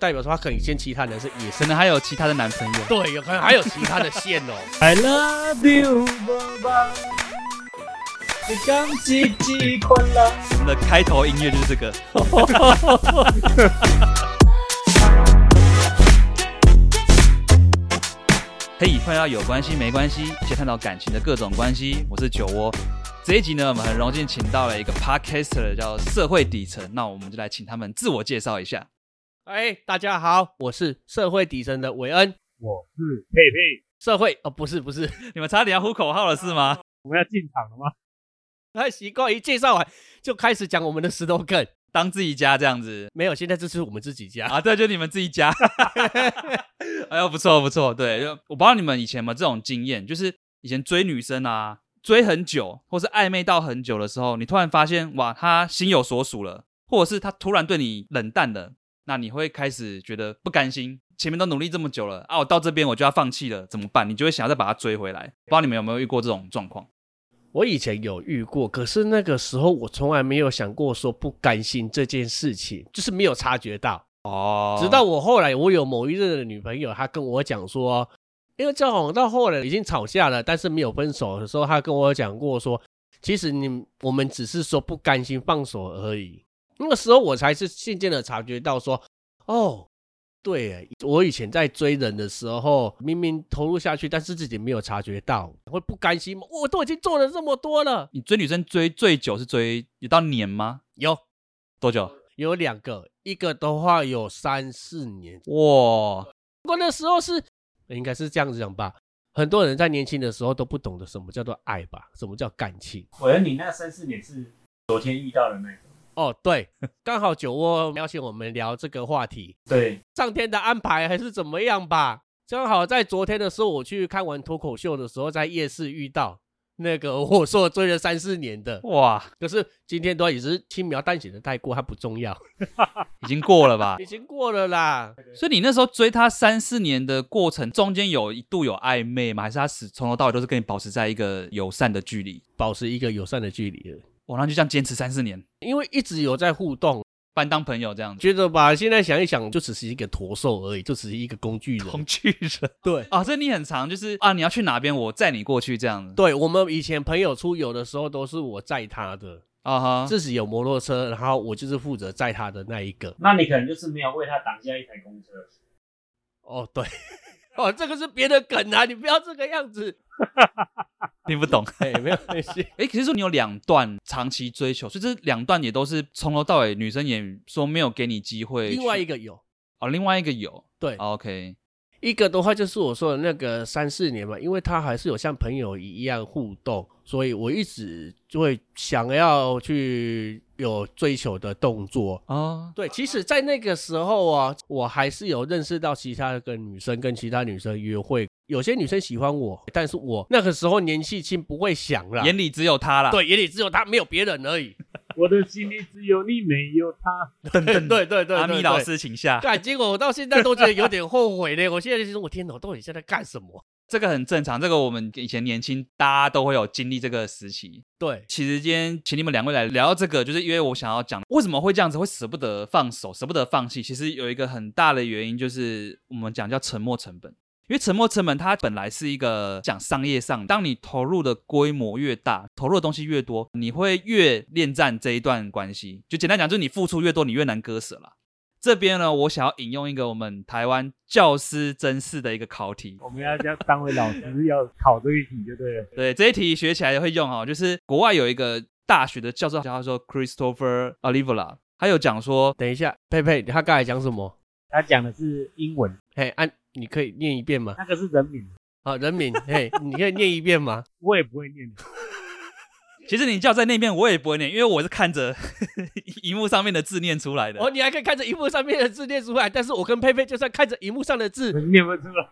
代表说他可能见其他男生也是可能还有其他的男朋友。对，有可 能还有其他的线哦。 I love you，爸爸。你讲几几快乐？我们的开头音乐就是这个。 嘿，欢迎来到有关系没关系，一起探讨感情的各种关系。我是酒窝。这一集呢，我们很荣幸请到了一个 podcaster，叫社会底层。那我们就来请他们自我介绍一下。 哎，大家好，我是社会底层的韦恩。我是佩佩，社会哦，不是不是， 你们差点要呼口号了是吗？我们要进场了吗？太习惯一介绍完就开始讲我们的石头梗。当自己家这样子没有，现在这是我们自己家。啊？对，就你们自己家。 哎呦，不错不错。对，就我不知道你们以前有没有这种经验，就是以前追女生啊，追很久，或是暧昧到很久的时候，你突然发现哇，她心有所属了，或者是她突然对你冷淡了，那你会开始觉得不甘心。前面都努力这么久了啊，我到这边我就要放弃了，怎么办？你就会想要再把她追回来。不知道你们有没有遇过这种状况？ 我以前有遇过，可是那个时候我从来没有想过说不甘心这件事情，就是没有察觉到。哦直到我后来，我有某一任的女朋友，她跟我讲说，因为交往到后来已经吵架了，但是没有分手的时候，她跟我讲过说，其实你我们只是说不甘心放手而已。那个时候我才是渐渐的察觉到说，哦，对耶，我以前在追人的时候，明明投入下去，但是自己没有察觉到，会不甘心吗？哦我都已经做了这么多了，你追女生追最久是追有到年吗？有多久？有两个，一个的话有三四年，哇，不过那时候是应该是这样子讲吧，很多人在年轻的时候都不懂得什么叫做爱吧，什么叫感情。我你那三四年是昨天遇到的那个，哦，对，刚好酒窝邀请我们聊这个话题，对，上天的安排还是怎么样吧。刚好在昨天的时候，我去看完脱口秀的时候，在夜市遇到那个我说追了三四年的，哇，可是今天都已是轻描淡写的带过，它不重要，？已经过了吧已经过了啦。所以你那时候追她三四年的过程，中间有一度有暧昧吗？还是她始从头到尾都是跟你保持在一个友善的距离？保持一个友善的距离，哇，那就这样坚持三四年，因为一直有在互动，把你当朋友这样子。觉得吧，现在想一想，就只是一个驼兽而已，就只是一个工具人。具人对，啊，所以你很长就是啊，你要去哪边，我载你过去这样子。对我们以前朋友出游的时候，都是我载他的，啊哈，自己有摩托车，然后我就是负责载他的那一个。那你可能就是没有为他挡下一台公车。哦，对， 哦，这个是别的梗啊，你不要这个样子。听不懂。 哎， 没有关系。哎，可是说你有两段长期追求，所以这两段也都是从头到尾，女生也说没有给你机会 去。另外一个有，哦，另外一个有。哦对， OK，一个的话就是我说的那个三四年嘛，因为他还是有像朋友一样互动，所以我一直就会想要去有追求的动作。哦，对，其实，在那个时候啊，我还是有认识到其他的女生跟其他女生约会，有些女生喜欢我，但是我那个时候年纪轻，不会想啦。眼里只有她啦。对，眼里只有她，没有别人而已。我的心里只有你，没有他。等对等，对对对， 阿对咪老，师，请下对。对，结果我到现在都觉得有点后悔嘞。我现在就说，我天哪，我到底现在干什么？这个很正常，这个我们以前年轻大家都会有经历这个时期。对，其实今天请你们两位来聊这个，就是因为我想要讲为什么会这样子，会舍不得放手，舍不得放弃。其实有一个很大的原因就是我们讲叫沉没成本，因为沉没成本它本来是一个讲商业上，当你投入的规模越大，投入的东西越多，你会越恋战这一段关系。就简单讲，就是你付出越多，你越难割舍啦。这边呢，我想要引用一个我们台湾教师真试的一个考题，我们要这样当为老师，要考这一题就对了。对这一题学起来也会用哦，就是国外有一个大学的教授叫做 Christopher Olivola，他有讲说，等一下，佩佩，他刚才讲什么？他讲的是英文，嘿，安、你可以念一遍吗？那个是人名，好，人民，嘿，你可以念一遍 吗？我也不会念的。其实你叫在那边我也不会念，因为我是看着 荧幕上面的字念出来的。哦，你还可以看着荧幕上面的字念出来，但是我跟佩佩就算看着荧幕上的 字，念不出来。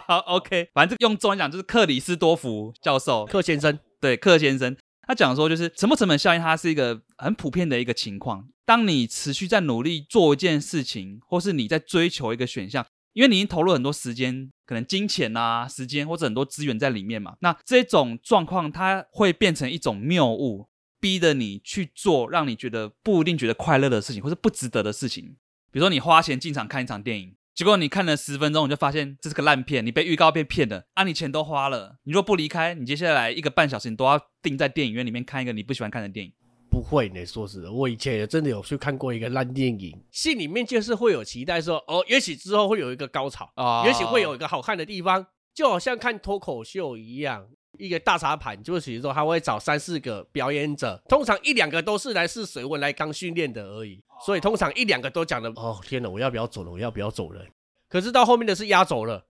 好，OK，反正用中文讲就是克里斯多福教授，柯先生。对，克先生，他讲说就是沉没成本效应，它是一个很普遍的一个情况。当你持续在努力做一件事情，或是你在追求一个选项，因为你已经投入很多时间，可能金钱啊、时间或者很多资源在里面嘛，那这种状况它会变成一种谬误，逼着你去做让你觉得不一定觉得快乐的事情，或是不值得的事情。比如说你花钱进场看一场电影，结果你看了十分钟，你就发现这是个烂片，你被预告片骗了啊！你钱都花了，你若不离开，你接下来一个半小时你都要定在电影院里面看一个你不喜欢看的电影。不会呢，说实的，我以前也真的有去看过一个烂电影，心里面就是会有期待说，哦，也许之后会有一个高潮，啊也许会有一个好看的地方，就好像看脱口秀一样，一个大茶盘，就是比如说他会找三四个表演者，通常一两个都是来试水温、来刚训练的而已，所以通常一两个都讲的，哦天哪，我要不要走了？我要不要走人？可是到后面的是压轴了，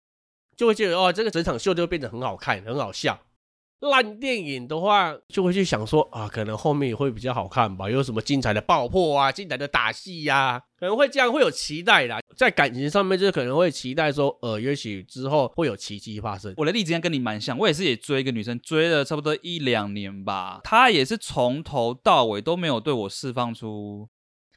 就会觉得哦，这个整场秀就变得很好看、很好笑。烂电影的话，就会去想说啊，可能后面也会比较好看吧，有什么精彩的爆破啊，精彩的打戏呀、可能会这样会有期待啦。在感情上面，就可能会期待说，呃，也许之后会有奇迹发生。 我的例子应该跟你蛮像，我也是也追一个女生，追了差不多一两年吧，她也是从头到尾都没有对我释放出，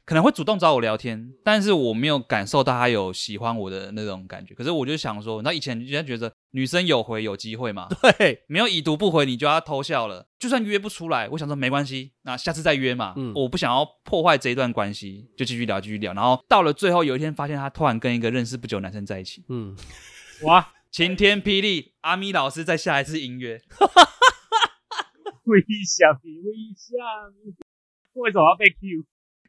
可能会主动找我聊天，但是我没有感受到她有喜欢我的那种感觉。可是我就想说，那以前人家觉得女生有回有机会嘛，对，没有已读不回你就要偷笑了，就算约不出来，我想说没关系，那下次再约嘛，嗯我不想要破坏这一段关系，就继续聊继续聊。然后到了最后有一天发现她突然跟一个认识不久的男生在一起。嗯，哇，晴天霹雳，阿咪老师再下一次音乐，微笑你，微笑你，为什么要被 Q？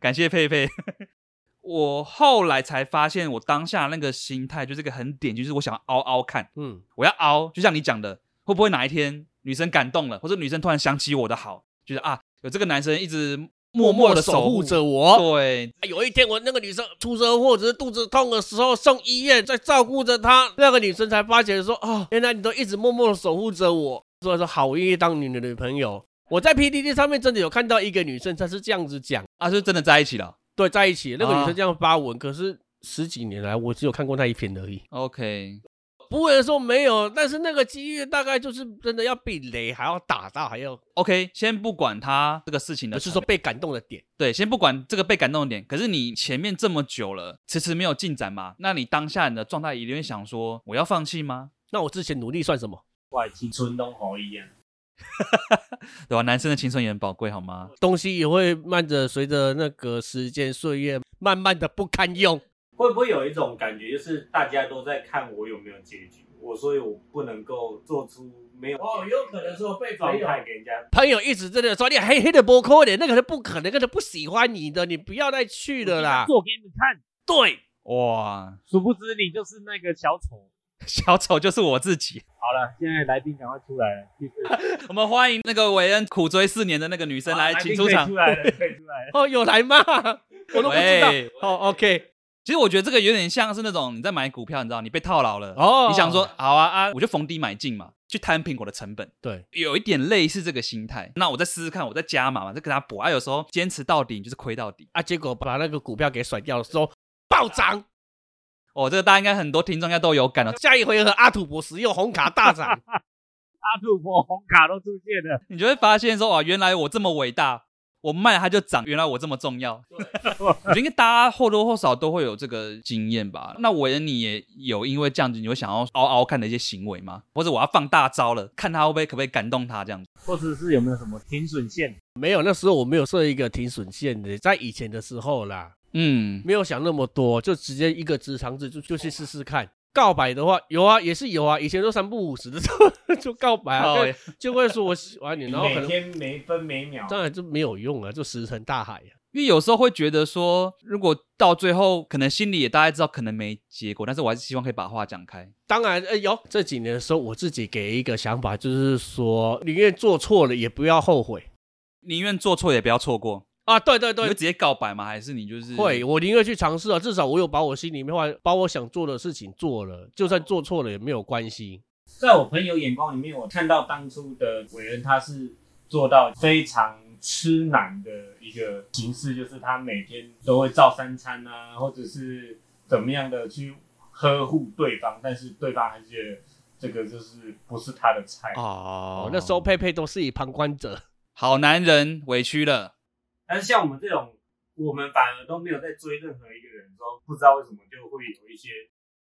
感谢佩佩。 我后来才发现，我当下那个心态就是个很点，就是我想要凹凹看，嗯，我要凹，就像你讲的，会不会哪一天女生感动了，或者女生突然想起我的好，就是啊，有这个男生一直默默的地守守护护着我。对，啊有一天我那个女生出车祸，只是肚子痛的时候送医院，在照顾着她。那个女生才发觉说，哦，原来你都一直默默的守护着我。所以说，好愿意当你的女朋友。我在 PDD 上面真的有看到一个女生，她是这样子讲。啊，就真的在一起了。对，在一起。那个啊女生这样发文，可是十几年来我只有看过那一篇而已。 OK，不会说没有，但是那个机遇大概就是真的要比雷还要打到，还要 OK，先不管他这个事情的不是成，说被感动的点。对，先不管这个被感动的点。可是你前面这么久了，迟迟没有进展嘛，那你当下你的状态一定会想说，我要放弃吗？那我之前努力算什么？我的青春都可以啊，对吧、男生的青春也很宝贵，好吗？东西也会慢着随着那个时间岁月，慢慢的不堪用。会不会有一种感觉，就是大家都在看我有没有结局，我所以我不能够做出没有哦有可能是我被状朋友态给人家。朋友一直真的说你黑黑的不可怜，那个人不可能，那个人不喜欢你的，你不要再去了啦。做给你们看，对，哇， 殊不知你就是那个小丑。小丑就是我自己。好了，现在来宾赶快出来了，就是我们欢迎那个韦恩苦追四年的那个女生来，啊请宾出可以场出。来了，可以出来了。哦，有来吗？ 我都不知道喂。哦，OK，其实我觉得这个有点像是那种你在买股票，你知道你被套牢了，哦你想说好啊啊，我就逢低买进嘛，去摊平我的成本。对，有一点类似这个心态。那我再试试看，我再加码嘛，再跟他搏。啊，有时候坚持到底，你就是亏到底。啊，结果把那个股票给甩掉的时候暴涨。哦，这个大家应该很多听众应该都有感哦。下一回合阿土伯使用红卡大 涨，阿土伯红卡都出现了，你就会发现说，哇，原来我这么伟大，我卖它就涨，原来我这么重要。 我觉得应该大家或多或少都会有这个经验吧。那我你也有因为这样子，你会想要嗷嗷看的一些行为吗？或者我要放大招了，看他会不会可不可以感动他这样子？或者是有没有什么停损线？没有，那时候我没有设一个停损线的，在以前的时候啦，嗯，没有想那么多，就直接一个直肠子就就去试试看。告白的话，有啊，也是有啊，以前都三不五十的时候就告白啊，哦就就会说我喜欢你，然后可每能天每分每秒，当然就没有用啊，就石沉大海啊。因为有时候会觉得说，如果到最后可能心里也大概知道可能没结果，但是我还是希望可以把话讲开。当然，呃，有这几年的时候，我自己给一个想法，就是说宁愿做错了也不要后悔宁愿做错也不要错过。啊。对对你对会，直接告白吗？还是你就是会，？我宁愿去尝试啊，至少我有把我心里面话，把我想做的事情做了，就算做错了也没有关系。在我朋友眼光里面，我看到当初的伟人，他是做到非常吃难的一个形式，就是他每天都会照三餐啊，或者是怎么样的去呵护对方，但是对方还是觉得这个就是不是他的菜。哦哦，那时候佩佩都是以旁观者，好男人委屈了，但是像我们这种，我们反而都没有在追任何一个人的时候，不知道为什么就会有一些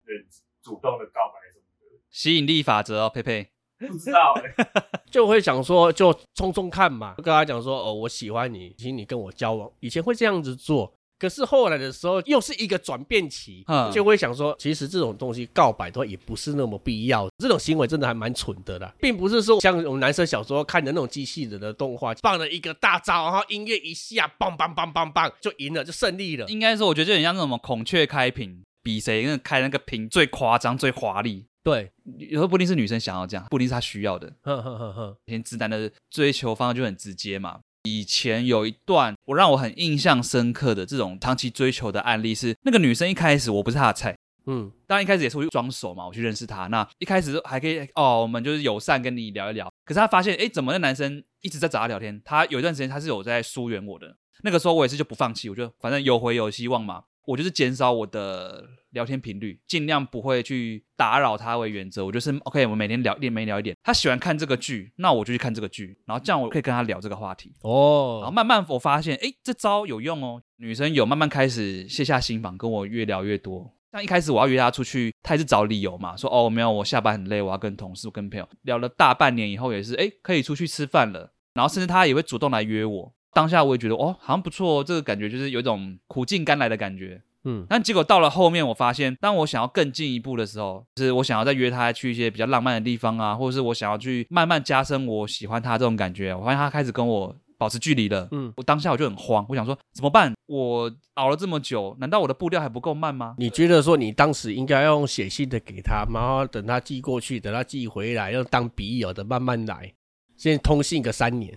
人主动的告白什么吸引力法则哦，佩佩。的，不知道、欸。就会想说就冲冲看嘛，就跟他讲说哦，我喜欢你，请你跟我交往。以前会这样子做，可是后来的时候，又是一个转变期，嗯就会想说，其实这种东西告白的话也不是那么必要，这种行为真的还蛮蠢的啦，并不是说像我们男生小时候看的那种机器人的动画，放了一个大招，然后音乐一下，梆梆梆梆梆就赢了，就胜利了。应该说，我觉得就很像那种孔雀开屏，比谁那个开那个屏最夸张、最华丽。对，有时候不一定是女生想要这样，不一定是她需要的。哼哼哼哼，以前直男的追求方向就很直接嘛。以前有一段我让我很印象深刻的这种长期追求的案例是，那个女生一开始我不是她的菜，嗯当然一开始也是我去装熟嘛，我去认识她。那一开始还可以哦，我们就是友善跟你聊一聊。可是她发现，哎，怎么那男生一直在找她聊天？她有一段时间她是有在疏远我的。那个时候我也是就不放弃，我就反正有回有希望嘛，我就是减少我的聊天频率，尽量不会去打扰她为原则。我就是 OK，我们每天聊一点，每天聊一点。她喜欢看这个剧，那我就去看这个剧，然后这样我可以跟她聊这个话题。然后哦，慢慢我发现，哎，这招有用哦。女生有慢慢开始卸下心防，跟我越聊越多。像一开始我要约她出去，她也是找理由嘛，说哦没有，我下班很累，我要跟同事跟朋友聊了大半年以后，也是哎可以出去吃饭了。然后甚至她也会主动来约我。当下我也觉得哦好像不错、哦，这个感觉就是有一种苦尽甘来的感觉。嗯但结果到了后面，我发现，当我想要更进一步的时候，就是我想要再约她去一些比较浪漫的地方啊，或者是我想要去慢慢加深我喜欢她这种感觉。我发现她开始跟我保持距离了，嗯，我当下我就很慌，我想说怎么办？我熬了这么久，难道我的步调还不够慢吗？你觉得说你当时应该要用写信的给他，然后等他寄过去，等他寄回来，要当笔友的慢慢来，先通信个三年。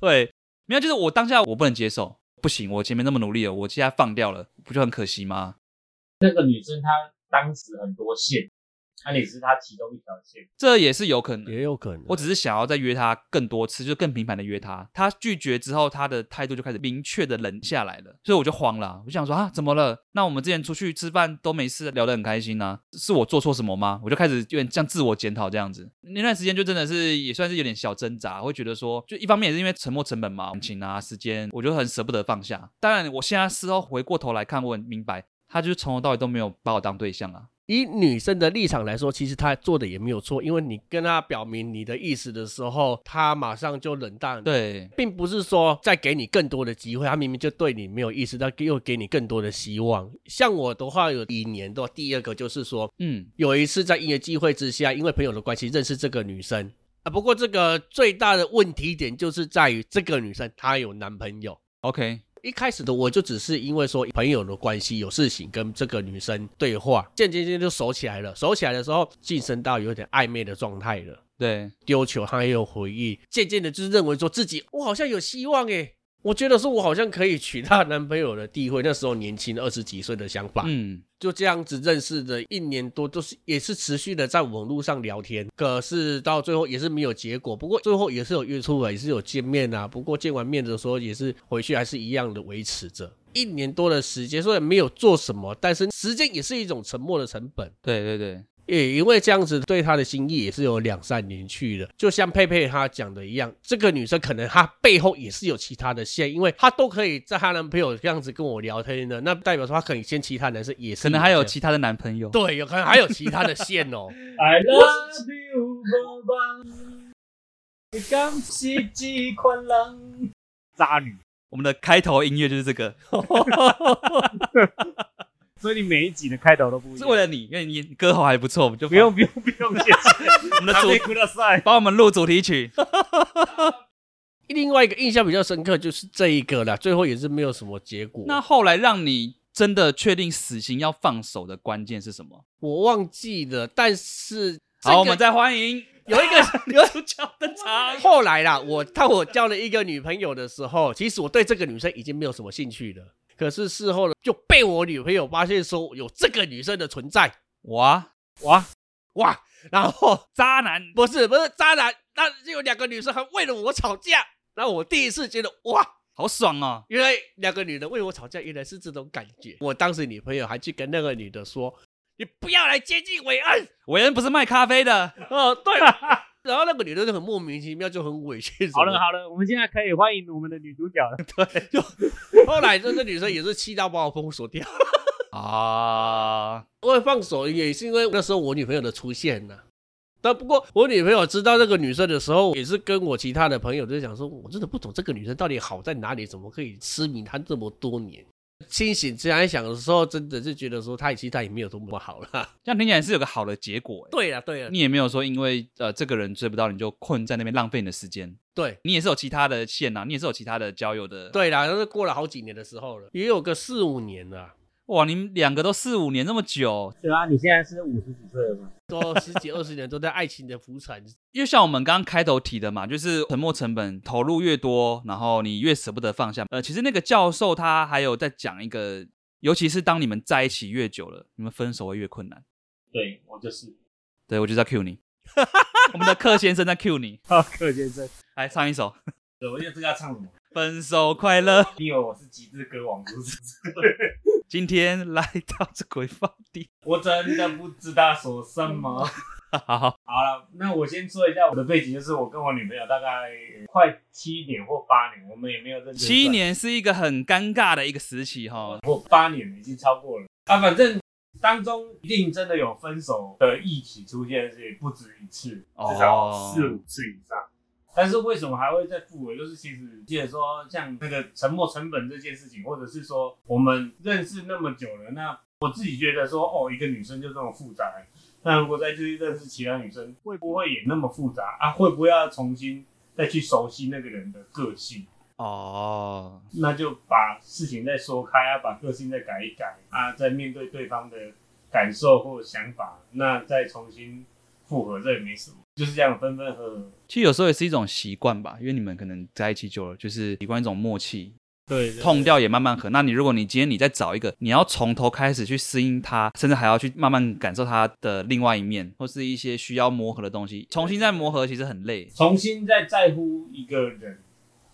对，没有，就是我当下我不能接受，不行，我前面那么努力了，我现在放掉了，不就很可惜吗？那个女生她当时很多线，那、你是她其中一条线。这也是有可能。也有可能。我只是想要再约她更多次，就更频繁的约她。她拒绝之后，她的态度就开始明确的冷下来了，所以我就慌了啊、我就想说啊，怎么了？那我们之前出去吃饭都没事，聊得很开心啊，是我做错什么吗？我就开始有点像自我检讨这样子。那段时间就真的是也算是有点小挣扎，会觉得说，就一方面也是因为沉没成本嘛，感情啊、时间，我就很舍不得放下。当然，我现在事后回过头来看，我很明白，他就是从头到尾都没有把我当对象啊。以女生的立场来说，其实她做的也没有错，因为你跟她表明你的意思的时候，她马上就冷淡。，对，并不是说再给你更多的机会，她明明就对你没有意思，但又给你更多的希望。像我的话，有一年的第二个就是说，嗯，有一次在音乐机会之下，因为朋友的关系认识这个女生啊。不过这个最大的问题点就是在于这个女生她有男朋友。 OK，一开始的我就只是因为说朋友的关系有事情跟这个女生对话，渐渐渐就熟起来了。熟起来的时候，晋升到有点暧昧的状态了，对，丢球她也有回应，渐渐的就是认为说自己我好像有希望诶，我觉得说我好像可以娶她男朋友的地位。那时候年轻二十几岁的想法，嗯，就这样子认识的一年多，都是也是持续的在网络上聊天，可是到最后也是没有结果。不过最后也是有约出来，也是有见面啊。不过见完面的时候，也是回去还是一样的维持着一年多的时间，虽然没有做什么，但是时间也是一种沉默的成本。对对对，也因为这样子，对他的心意也是有两三年去了。就像佩佩她讲的一样，这个女生可能她背后也是有其他的线，因为她都可以在她男朋友这样子跟我聊天的，那代表说她可能先其他男生也是可能还有这样其他的男朋友。对，有可能还有其他的线哦。 I love you，宝宝，你敢是几款人？渣女，我们的开头音乐就是这个，所以你每一集的开头都不一是为样。了你，因为你歌喉还不错，我们就不用不用不用，谢谢。我们的主哭了赛，帮我们录主题曲。 另外一个印象比较深刻就是这一个啦，最后也是没有什么结果。那后来让你真的确定死刑要放手的关键是什么？我忘记了，但是这好，我们个再欢迎 有一个刘主角登 场。后来啦，我当我交了一个女朋友的时候，其实我对这个女生已经没有什么兴趣了。可是事后呢，就被我女朋友发现说有这个女生的存在，哇哇，哇！然后渣男！不是不是渣男，那就有两个女生还为了我吵架。然后我第一次觉得哇，好爽哦！原来两个女的为我吵架，原来是这种感觉。我当时女朋友还去跟那个女的说：“你不要来接近韦恩。韦恩不是卖咖啡的，” 哦， 对。然后那个女的就很莫名其妙，就很委屈。好了，好了，我们现在可以欢迎我们的女主角了。后来这个女生也是气到把我封锁掉。啊，我会放手也是因为那时候我女朋友的出现呢、但不过我女朋友知道这个女生的时候，也是跟我其他的朋友就讲说，我真的不懂这个女生到底好在哪里，怎么可以痴迷她这么多年。清醒之来想的时候，真的是觉得说她其实她也没有多么好啦。这样听起来是有个好的结果、欸。对啊呀，对呀，你也没有说因为呃这个人追不到你就困在那边浪费你的时间，对。你也是有其他的线呐、啊你也是有其他的交友的。，对啦，那是过了好几年的时候了，也有个四五年了，啊哇，你们两个都四五年那么久，对啊，你现在是五十几岁了嘛？都十几二十年都在爱情的浮沉。因为像我们刚刚开头提的嘛，就是沉没成本投入越多，然后你越舍不得放下。呃，其实那个教授他还有在讲一个，尤其是当你们在一起越久了，你们分手会越困难。对，我就是。对我就是要 cue 你，我们的克先生在 cue 你，好，柯先生，来唱一首《对，我觉得这个要唱什么？分手快乐》，你以为我是极致歌王是不是？今天来到这鬼放地。 我真的不知道说什么。好，好了，那我先说一下我的背景，就是我跟我女朋友大概呃快七年或八年，我们也没有认真算七年是一个很尴尬的一个时期哈，或八年了已经超过了啊，反正。当中一定真的有分手的议题出现，是不止一次，哦至少四五次以上。但是为什么还会再复合？就是其实记得说，像那个沉没成本这件事情，或者是说我们认识那么久了，那我自己觉得说，哦，一个女生就这么复杂，那如果再去认识其他女生，会不会也那么复杂啊？会不会要重新再去熟悉那个人的个性？哦，那就把事情再说开啊，把个性再改一改啊，再面对对方的感受或想法，那再重新复合，这也没什么，就是这样分分合合。其实有时候也是一种习惯吧，因为你们可能在一起久了，就是习惯一种默契，对，痛掉也慢慢合。那你如果你今天你再找一个，你要从头开始去适应它，甚至还要去慢慢感受它的另外一面，或是一些需要磨合的东西，重新再磨合其实很累。重新再在乎一个人，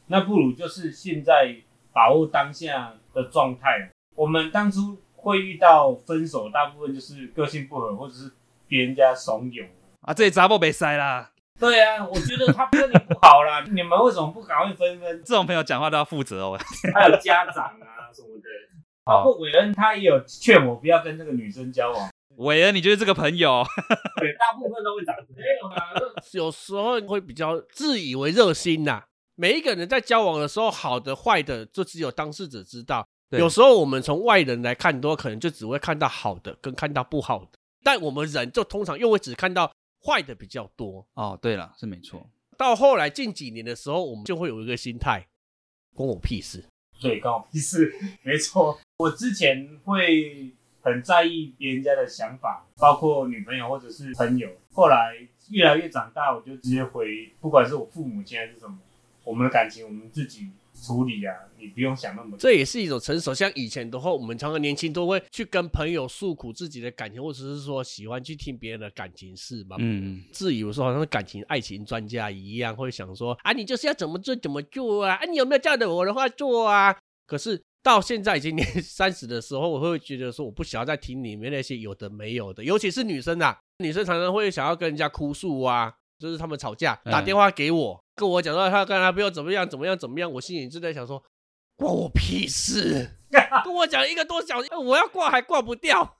那不如就是现在把握当下的状态。我们当初会遇到分手，大部分就是个性不合，或者是别人家怂恿。啊，这里砸爆北塞啦！对啊，我觉得他跟你不好 啦，你们为什么不赶快分分？这种朋友讲话都要负责哦。还有家长啊什么的。包括韦恩他也有劝我不要跟这个女生交往，韦恩，你就是这个朋友，对，大部分都会长没有啦，有时候会比较自以为热心呐、每一个人在交往的时候，好的坏的，就只有当事者知道。对有时候我们从外人来看，都可能就只会看到好的，跟看到不好的。但我们人就通常又会只看到坏的比较多。 哦，对了，是没错。到后来近几年的时候，我们就会有一个心态，关我屁事。对，关我屁事，没错。我之前会很在意别人家的想法，包括女朋友或者是朋友。后来越来越长大，我就直接回，不管是我父母亲还是什么，我们的感情我们自己处理啊，你不用想那么多。这也是一种成熟。像以前的话，我们常常年轻都会去跟朋友诉苦自己的感情，或者是说喜欢去听别人的感情事嘛。嗯，自以为说好像是感情爱情专家一样，会想说啊，你就是要怎么做怎么做啊，啊，你有没有照着我的话做啊？可是到现在已经年三十的时候，我会觉得说，我不想要再听里面那些有的没有的，尤其是女生啊，女生常常会想要跟人家哭诉啊，就是他们吵架嗯打电话给我，跟我讲说啊她跟她朋友怎么样怎么样怎么样，我心里就在想说，关我屁事，跟我讲一个多小时，呃我要挂还挂不掉。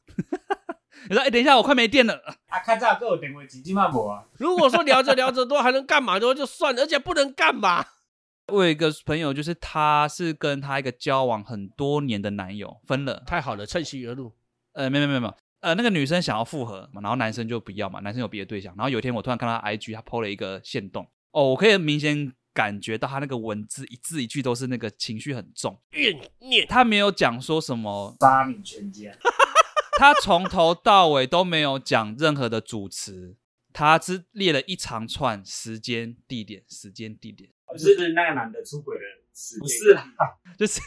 你说，哎，等一下，我快没电了。啊，较早够有电话几几嘛无啊？如果说聊着聊着都还能干嘛的话就算了，而且不能干嘛。我有一个朋友，就是她是跟她一个交往很多年的男友分了，太好了，趁虚而入。呃，没有没有没有，呃，那个女生想要复合嘛，然后男生就不要嘛，男生有别的对象。然后有一天我突然看到她 IG，她 PO 了一个线动，哦，我可以明显感觉到她那个文字一字一句都是那个情绪很重，怨念。她没有讲说什么，杀你全家！她从头到尾都没有讲任何的主词，她只列了一长串时间、地点、时间、地点。是那个男的出轨了，不是啦就是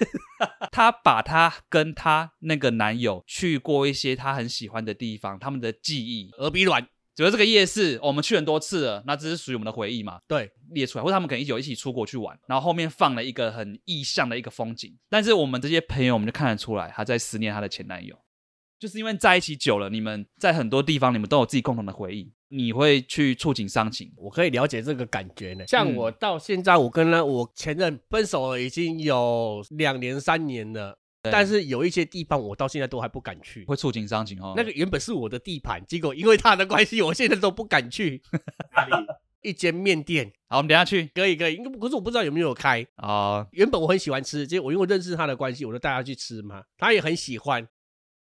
她把她跟她那个男友去过一些她很喜欢的地方，他们的记忆，鹅鼻卵，比如这个夜市，哦我们去很多次了，那这是属于我们的回忆嘛，对，列出来，或者他们可能一起有一起出国去玩，然后后面放了一个很意象的一个风景，但是我们这些朋友，我们就看得出来，她在思念她的前男友，就是因为在一起久了，你们在很多地方你们都有自己共同的回忆，你会去触景伤情，我可以了解这个感觉呢。像我到现在，我跟那我前任分手了已经有两年三年了，对但是有一些地方我到现在都还不敢去。会触景伤情哦。那个原本是我的地盘，结果因为他的关系，我现在都不敢去哪里？一间面店。好，我们等一下去可以可以，应该可是我不知道有没有开。啊。原本我很喜欢吃，结果因为认识他的关系，我就带他去吃嘛，他也很喜欢。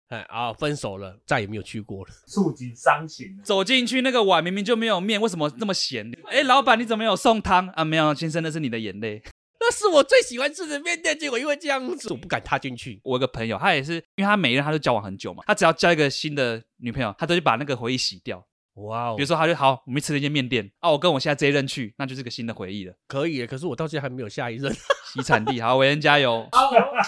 哎啊，分手了，再也没有去过了。触景伤情啊走进去那个碗明明就没有面，为什么那么咸？哎，老板你怎么有送汤啊？没有，先生，那是你的眼泪。那是我最喜欢吃的面店，结果因为这样子，我不敢踏进去。我有个朋友，他也是，因为他每一任他都交往很久嘛，他只要交一个新的女朋友，他都会把那个回忆洗掉。哇哦比如，说，他就好，我们去吃了一间面店啊，我跟我现在这一任去，那就是个新的回忆了。可以耶，可是我到现在还没有下一任。 洗产地，好，维恩加油。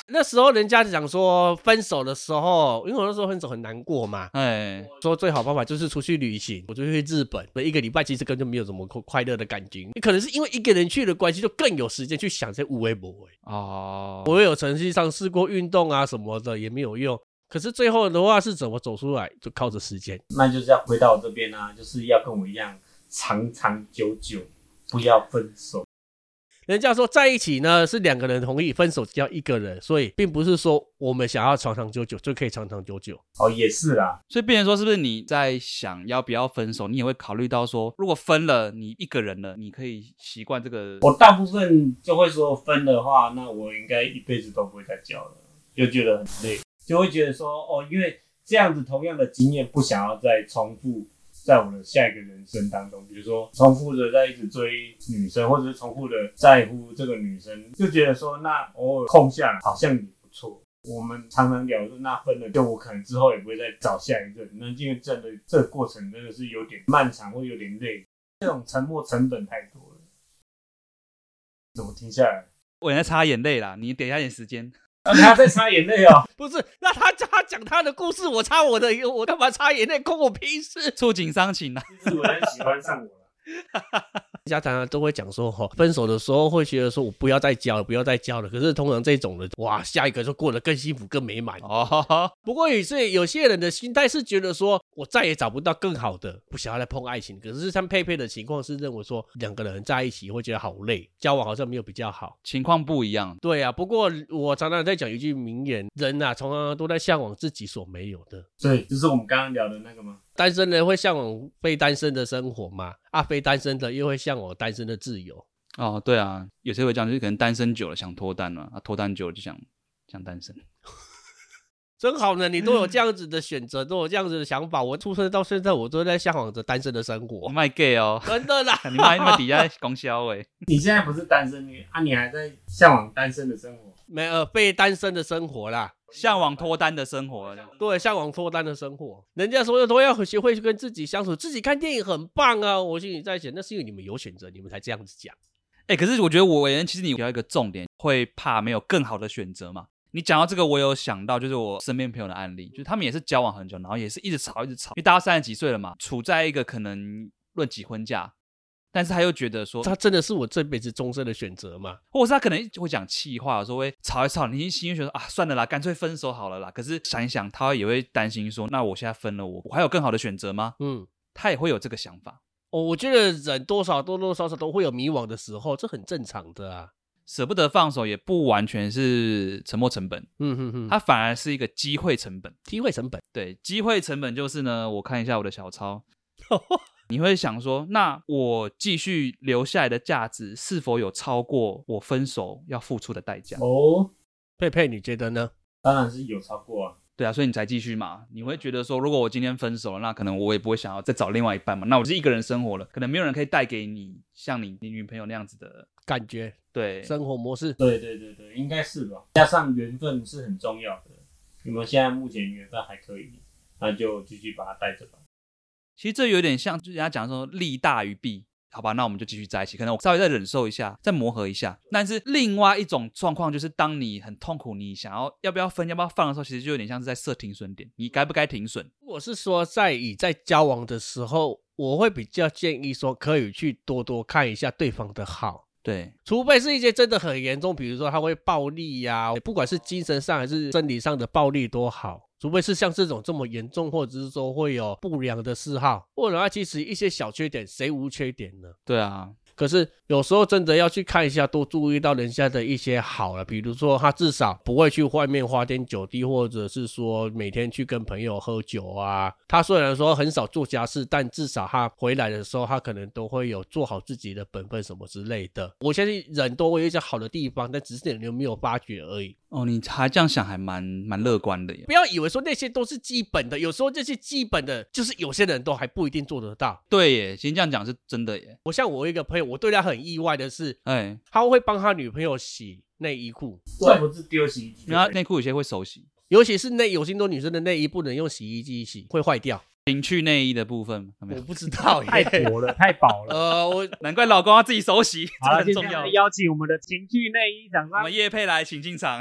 那时候人家讲说分手的时候，因为我那时候分手很难过嘛，哎，说最好方法就是出去旅行，我就去日本，所以一个礼拜其实根本就没有什么快快乐的感觉。可能是因为一个人去的关系，就更有时间去想这无微不为。哦，我有曾经上试过运动啊什么的，也没有用。可是最后的话是怎么走出来，就靠着时间。那就是要回到我这边啊，就是要跟我一样长长久久，不要分手。人家说在一起呢是两个人同意，分手只要一个人，所以并不是说我们想要长长久久就可以长长久久。哦，也是啦，所以变成说，是不是你在想要不要分手，你也会考虑到说，如果分了，你一个人了，你可以习惯这个我大部分就会说分的话，那我应该一辈子都不会再交了，就觉得很累，就会觉得说哦，因为这样子同样的经验不想要再重复。在我的下一个人生当中，比如说重复的在一直追女生，或者是重复的在乎这个女生，就觉得说那偶尔空下来好像也不错。我们常常聊说，那分了，就我可能之后也不会再找下一任。那因为真的这个过程真的是有点漫长，会有点累，这种沉默成本太多了。怎么停下来？我在擦眼泪啦，你等一下点时间。哦啊，他在擦眼泪 哦。不是，那他他讲他的故事，我插我的，我干嘛插眼泪，关我屁事？触景伤情啊，其实我很喜欢上我了。家常常都会讲说，哈、分手的时候会觉得说我不要再交了，不要再交了。可是通常这种的，哇，下一个就过得更幸福、更美满。哦，不过也是有些人的心态是觉得说，我再也找不到更好的，不想要再碰爱情。可是像佩佩的情况是认为说，两个人在一起会觉得好累，交往好像没有比较好。情况不一样。对啊，不过我常常在讲一句名言，人啊，常常都在向往自己所没有的。对，就是我们刚刚聊的那个吗？单身人会向往非单身的生活嘛，啊，非单身的又会向往单身的自由。哦，对啊，有些会这样，就是可能单身久了想脱单了，啊，脱单久了就想想单身。真好呢，你都有这样子的选择，都有这样子的想法。我出生到现在，我都在向往着单身的生我活，卖 gay 哦，。真的啦 你卖卖底下供销哎，你现在不是单身，你啊，你还在向往单身的生活。没呃，被单身的生活啦，向往脱单的生活。对，向往脱单的生活。人家说都要学会去跟自己相处，自己看电影很棒啊。我心里在想，那是因为你们有选择，你们才这样子讲。哎、可是我觉得我人其实你有一个重点，会怕没有更好的选择嘛。你讲到这个，我有想到，就是我身边朋友的案例，就是他们也是交往很久，然后也是一直吵，一直吵，因为大家三十几岁了嘛，处在一个可能论及婚嫁，但是他又觉得说，他真的是我这辈子终身的选择吗？或者是他可能会讲气话，有时候会吵一吵，你心里觉得啊，算了啦，干脆分手好了啦。可是想一想，他也会担心说，那我现在分了我，我还有更好的选择吗？嗯，他也会有这个想法，哦，我觉得人多少多多少少都会有迷惘的时候，这很正常的啊。舍不得放手，也不完全是沉没成本，嗯哼哼，它反而是一个机会成本。机会成本。对，机会成本就是呢，我看一下我的小抄，你会想说，那我继续留下来的价值是否有超过我分手要付出的代价？哦，佩佩，你觉得呢？当然是有超过啊。对啊，所以你才继续嘛。你会觉得说，如果我今天分手了，那可能我也不会想要再找另外一半嘛。那我是一个人生活了，可能没有人可以带给你像你你女朋友那样子的感觉、对生活模式，对对对对，应该是吧。加上缘分是很重要的。你们现在目前缘分还可以，那就继续把它带着吧。其实这有点像，就是人家讲说利大于弊，好吧，那我们就继续在一起，可能我稍微再忍受一下，再磨合一下。但是另外一种状况就是，当你很痛苦，你想要要不要分，要不要放的时候，其实就有点像是在设停损点，你该不该停损？我是说，在以在交往的时候，我会比较建议说，可以去多多看一下对方的好，对，除非是一些真的很严重，比如说他会暴力呀、不管是精神上还是生理上的暴力都好。除非是像这种这么严重，或者是说会有不良的嗜好，或者他其实一些小缺点，谁无缺点呢？对啊，可是有时候真的要去看一下，多注意到人家的一些好了，比如说他至少不会去外面花天酒地，或者是说每天去跟朋友喝酒啊。他虽然说很少做家事，但至少他回来的时候，他可能都会有做好自己的本分什么之类的。我相信人都会有一些好的地方，但只是你有没有发觉而已。哦，你还这样想还蛮蛮乐观的耶。不要以为说那些都是基本的，有时候这些基本的，就是有些人都还不一定做得到。对耶，今天这样讲是真的耶。我像我一个朋友，我对他很意外的是，哎，他会帮他女朋友洗内衣裤，这不是丢洗衣机就可以，然后内裤有些会手洗，尤其是内有些多女生的内衣不能用洗衣机洗，会坏掉。情趣内衣的部分有没我有？不知 道太耶。 薄了，太薄了。呃，我难怪老公要自己手洗， 这好个了，很接重下要来。邀请我们的情趣内衣厂我商们叶佩来，请进场。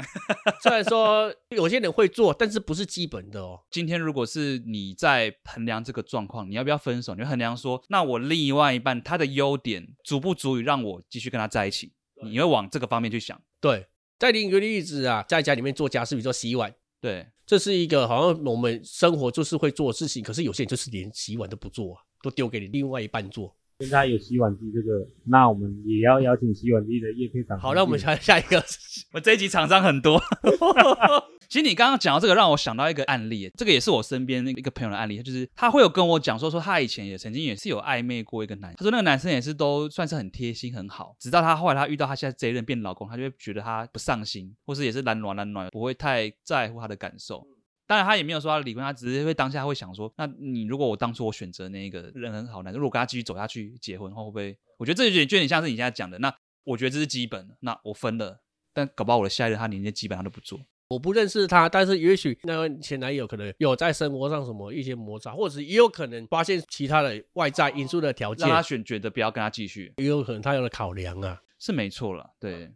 虽然说有些人会做，但是不是基本的哦。今天如果是你在衡量这个状况，你要不要分手？你会衡量说，那我另外一半他的优点足不足以让我继续跟他在一起？你会往这个方面去想。对，再另一个例子啊，在家里面做家事，比如说洗碗，对，这是一个好像我们生活就是会做的事情，可是有些人就是连洗碗都不做啊，都丢给你另外一半做。现在有洗碗机这个，那我们也要邀请洗碗机的叶配嗯厂商。好，那我们下下一个，我这一集厂商很多。 其实你刚刚讲到这个，让我想到一个案例，这个也是我身边那个一个朋友的案例，就是他会有跟我讲说，说他以前也曾经也是有暧昧过一个男，他说那个男生也是都算是很贴心很好，直到他后来他遇到他现在这一任变老公，他就会觉得他不上心，或是也是懒暖懒暖，不会太在乎他的感受。当然，他也没有说要离婚，他只是会当下会想说，那你如果我当初我选择那个人很好男生，如果跟他继续走下去结婚的话，会不会？我觉得这有点就有点像是你现在讲的，那我觉得这是基本的，那我分了，但搞不好我的下一任他连这基本上都不做。我不认识他，但是也许那位前男友可能有在生活上什么一些摩擦，或者是也有可能发现其他的外在因素的条件让，他选觉得不要跟他继续也有可能他有了考量啊。是没错了。对，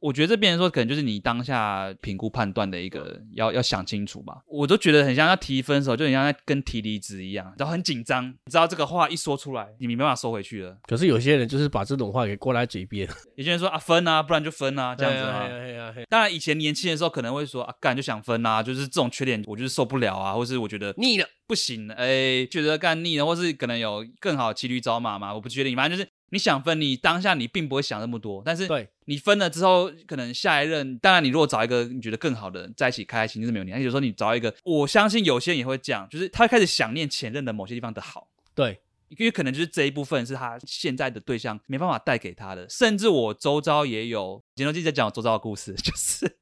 我觉得这边说可能就是你当下评估判断的一个要要想清楚吧。我都觉得很像要提分手，就很像在跟提离职一样，然后很紧张，你知道这个话一说出来，你没办法收回去了。可是有些人就是把这种话给挂在嘴 边，有些人说啊分啊，不然就分啊，这样子哎啊呀。哎呀哎呀当然，以前年轻的时候可能会说啊，干就想分啊，就是这种缺点我就是受不了啊，或是我觉得腻了。不行，哎，觉得干腻了，或是可能有更好的骑驴找马嘛，我不确定。反正就是你想分，你当下你并不会想那么多，但是对你分了之后，可能下一任，当然你如果找一个你觉得更好的人在一起开心，这是没有问题。但有时候你找一个，我相信有些人也会这样，就是他会开始想念前任的某些地方的好。对，因为可能就是这一部分是他现在的对象没办法带给他的，甚至我周遭也有，前头记在讲我周遭的故事， 就是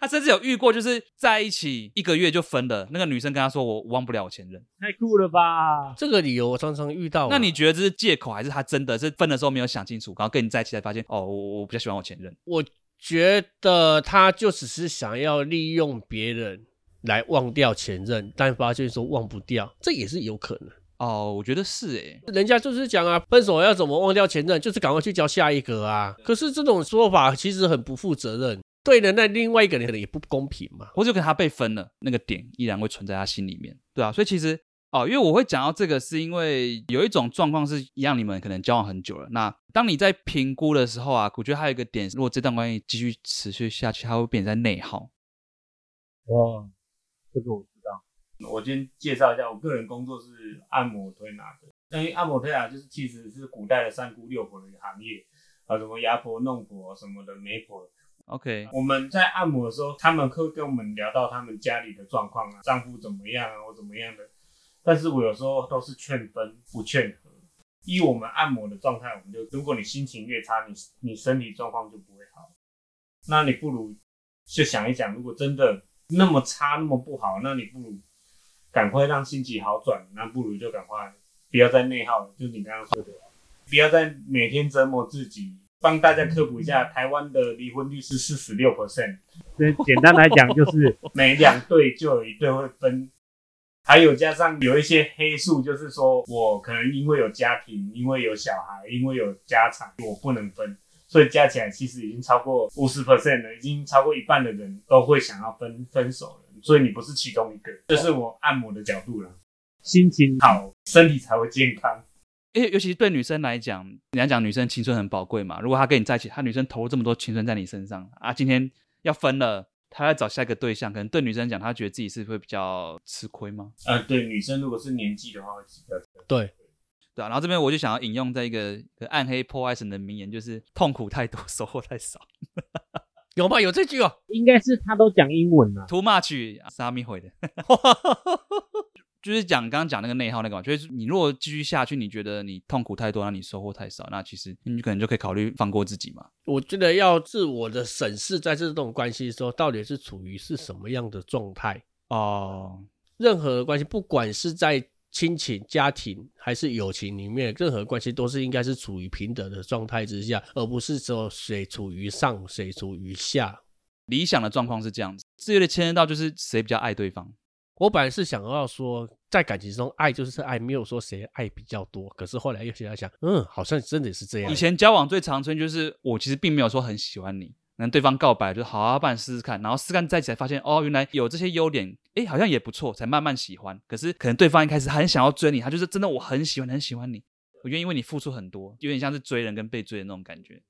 他甚至有遇过，就是在一起一个月就分了，那个女生跟他说我忘不了我前任，太酷了吧？这个理由我常常遇到啊。那你觉得这是借口还是他真的是分的时候没有想清楚，然后跟你在一起才发现哦，我我比较喜欢我前任，我觉得他就只是想要利用别人来忘掉前任，但发现说忘不掉，这也是有可能。哦，我觉得是诶，人家就是讲啊，分手要怎么忘掉前任，就是赶快去交下一个啊。可是这种说法其实很不负责任，对人那另外一个人可能也不公平嘛。或者可能他被分了，那个点依然会存在他心里面，对啊，所以其实哦，因为我会讲到这个，是因为有一种状况是一样，你们可能交往很久了，那当你在评估的时候啊，我觉得还有一个点，如果这段关系继续持续下去，它会变成在内耗。哇，这个我知道。我先介绍一下，我个人工作是按摩推拿的。那因为按摩推拿就是其实是古代的三姑六婆的一个行业，啊，什么牙婆、弄婆什么的媒婆。 OK，我们在按摩的时候，他们会跟我们聊到他们家里的状况啊，丈夫怎么样啊，或怎么样的。但是我有时候都是劝分不劝和。依我们按摩的状态，我们就如果你心情越差，你你身体状况就不会好。那你不如就想一想，如果真的那么差那么不好，那你不如赶快让心情好转，那不如就赶快不要再内耗了，就是你刚刚说的，不要再每天折磨自己。帮大家科普一下，台湾的离婚率是四十六 percent，这简单来讲就是， 每两对就有一对会分，还有加上有一些黑数，就是说我可能因为有家庭，因为有小孩，因为有家产，我不能分，所以加起来其实已经超过五十 percent 了，已经超过一半的人都会想要分分手了，所以你不是其中一个，这是我按摩的角度啦，心情好，身体才会健康。因为尤其是对女生来讲，人家讲女生青春很宝贵嘛，如果她跟你在一起，她女生投入这么多青春在你身上啊，今天要分了。她要找下一个对象，可能对女生讲，她觉得自己是会比较吃亏吗？呃，对，女生如果是年纪的话会比较对，对啊，然后这边我就想要引用在一个一个暗黑破坏神的名言，就是痛苦太多，收获太少。有吗？有这句哦。应该是他都讲英文了。 Too much，沙啊咪回的， 就是讲刚刚讲那个内耗那个嘛，就是你如果继续下去，你觉得你痛苦太多，那你收获太少，那其实你可能就可以考虑放过自己嘛。我觉得要自我的审视，在这种关系的时候，到底是处于是什么样的状态？哦，任何的关系，不管是在亲情、家庭还是友情里面，任何关系都是应该是处于平等的状态之下，而不是只有谁处于上，谁处于下。理想的状况是这样子，这有点牵涉到就是谁比较爱对方。我本来是想要说，在感情中爱就是爱，没有说谁爱比较多。可是后来又想一想，嗯，好像真的是这样以。前交往最常见就是我其实并没有说很喜欢你，那对方告白就好啊，不然试试看，然后试试看在一起才发现哦，原来有这些优点，哎，好像也不错，才慢慢喜欢。可是可能对方一开始很想要追你，他就是真的我很喜欢很喜欢你，我愿意为你付出很多，有点像是追人跟被追的那种感觉。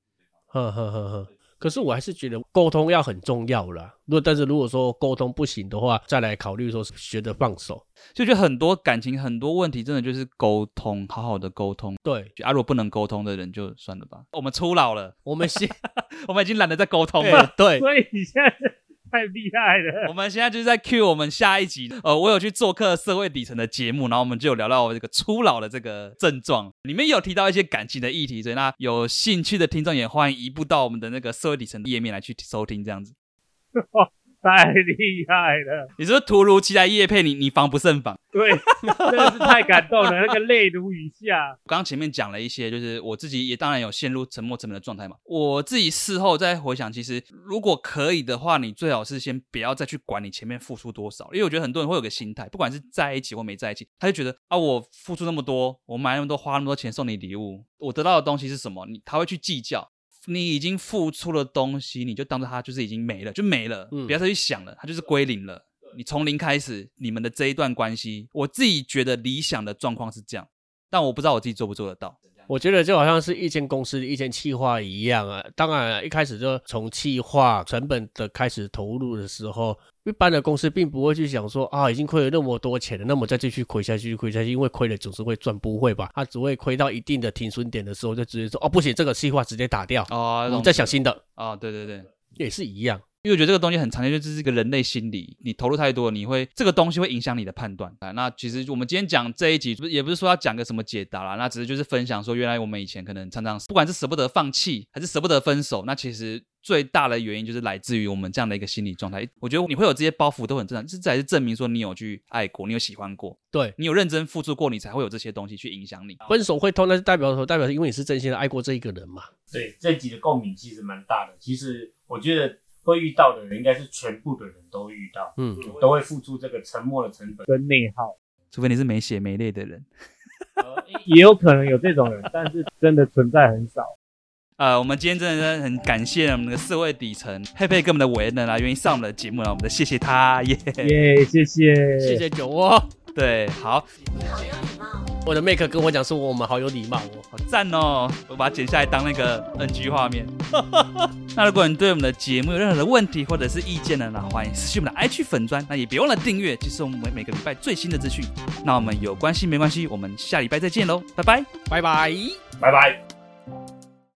呵呵呵呵。可是我还是觉得沟通要很重要啦。如果但是如果说沟通不行的话，再来考虑说是学着放手。就觉得很多感情很多问题真的就是沟通，好好的沟通。对啊，如果不能沟通的人就算了吧，我们初老了，我们先我们已经懒得再沟通了对。对所以你现在是太厉害了。 我们现在就是在 cue 我们下一集，呃，我有去做客社会底层的节目，然后我们就有聊到我这个初老的这个症状，里面有提到一些感情的议题，所以那有兴趣的听众也欢迎移步到我们的那个社会底层的页面来去收听，这样子。太厉害了，你说突如其来叶配你，你防不胜防。 对，真的是太感动了，那个泪如雨下。刚刚前面讲了一些，就是我自己也当然有陷入沉默成本的状态嘛。我自己事后再回想，其实如果可以的话，你最好是先不要再去管你前面付出多少，因为我觉得很多人会有个心态，不管是在一起或没在一起，他就觉得啊，我付出那么多，我买那么多，花那么多钱送你礼物，我得到的东西是什么？你他会去计较。你已经付出了东西，你就当做它就是已经没了，就没了，嗯不要再去想了，它就是归零了。你从零开始，你们的这一段关系，我自己觉得理想的状况是这样。但我不知道我自己做不做得到。我觉得就好像是一间公司的一间企划一样啊。当然啊，一开始就从企划成本的开始投入的时候，一般的公司并不会去想说啊，已经亏了那么多钱了，那么再继续亏下去，亏下去，因为亏了总是会赚，不会吧？他只会亏到一定的停损点的时候，就直接说哦，不行，这个计划直接打掉，哦，我那种们再想新的，哦，对对对，也是一样。因为我觉得这个东西很常见，就是这个人类心理，你投入太多，你会这个东西会影响你的判断啊。那其实我们今天讲这一集，不是也不是说要讲个什么解答啦，那只是就是分享说，原来我们以前可能常常不管是舍不得放弃，还是舍不得分手，那其实。最大的原因就是来自于我们这样的一个心理状态。我觉得你会有这些包袱都很正常，这才是证明说你有去爱过，你有喜欢过，对，你有认真付出过，你才会有这些东西去影响你。分手会痛，那是代表什么？代表是因为你是真心的爱过这一个人嘛。对这集的共鸣其实蛮大的。其实我觉得会遇到的人，应该是全部的人都遇到，嗯，都会付出这个沉默的成本。跟内耗除非你是没血没泪的人。呃也有可能有这种人，但是真的存在很少。呃，我们今天真的很感谢我们的社会底层佩佩跟我们的韦恩啊，愿意上我们的节目了，我们的谢谢他 耶。耶、谢谢，谢谢酒窝，对，好，我的 make 跟我讲说我们好有礼貌哦。好赞哦！我把它剪下来当那个 NG 画面。 那如果你对我们的节目有任何的问题或者是意见呢，那欢迎私信我们的 IG 粉砖，那也别忘了订阅，这是我们每个礼拜最新的资讯。那我们有关系没关系，我们下礼拜再见喽，拜拜。拜拜。拜拜。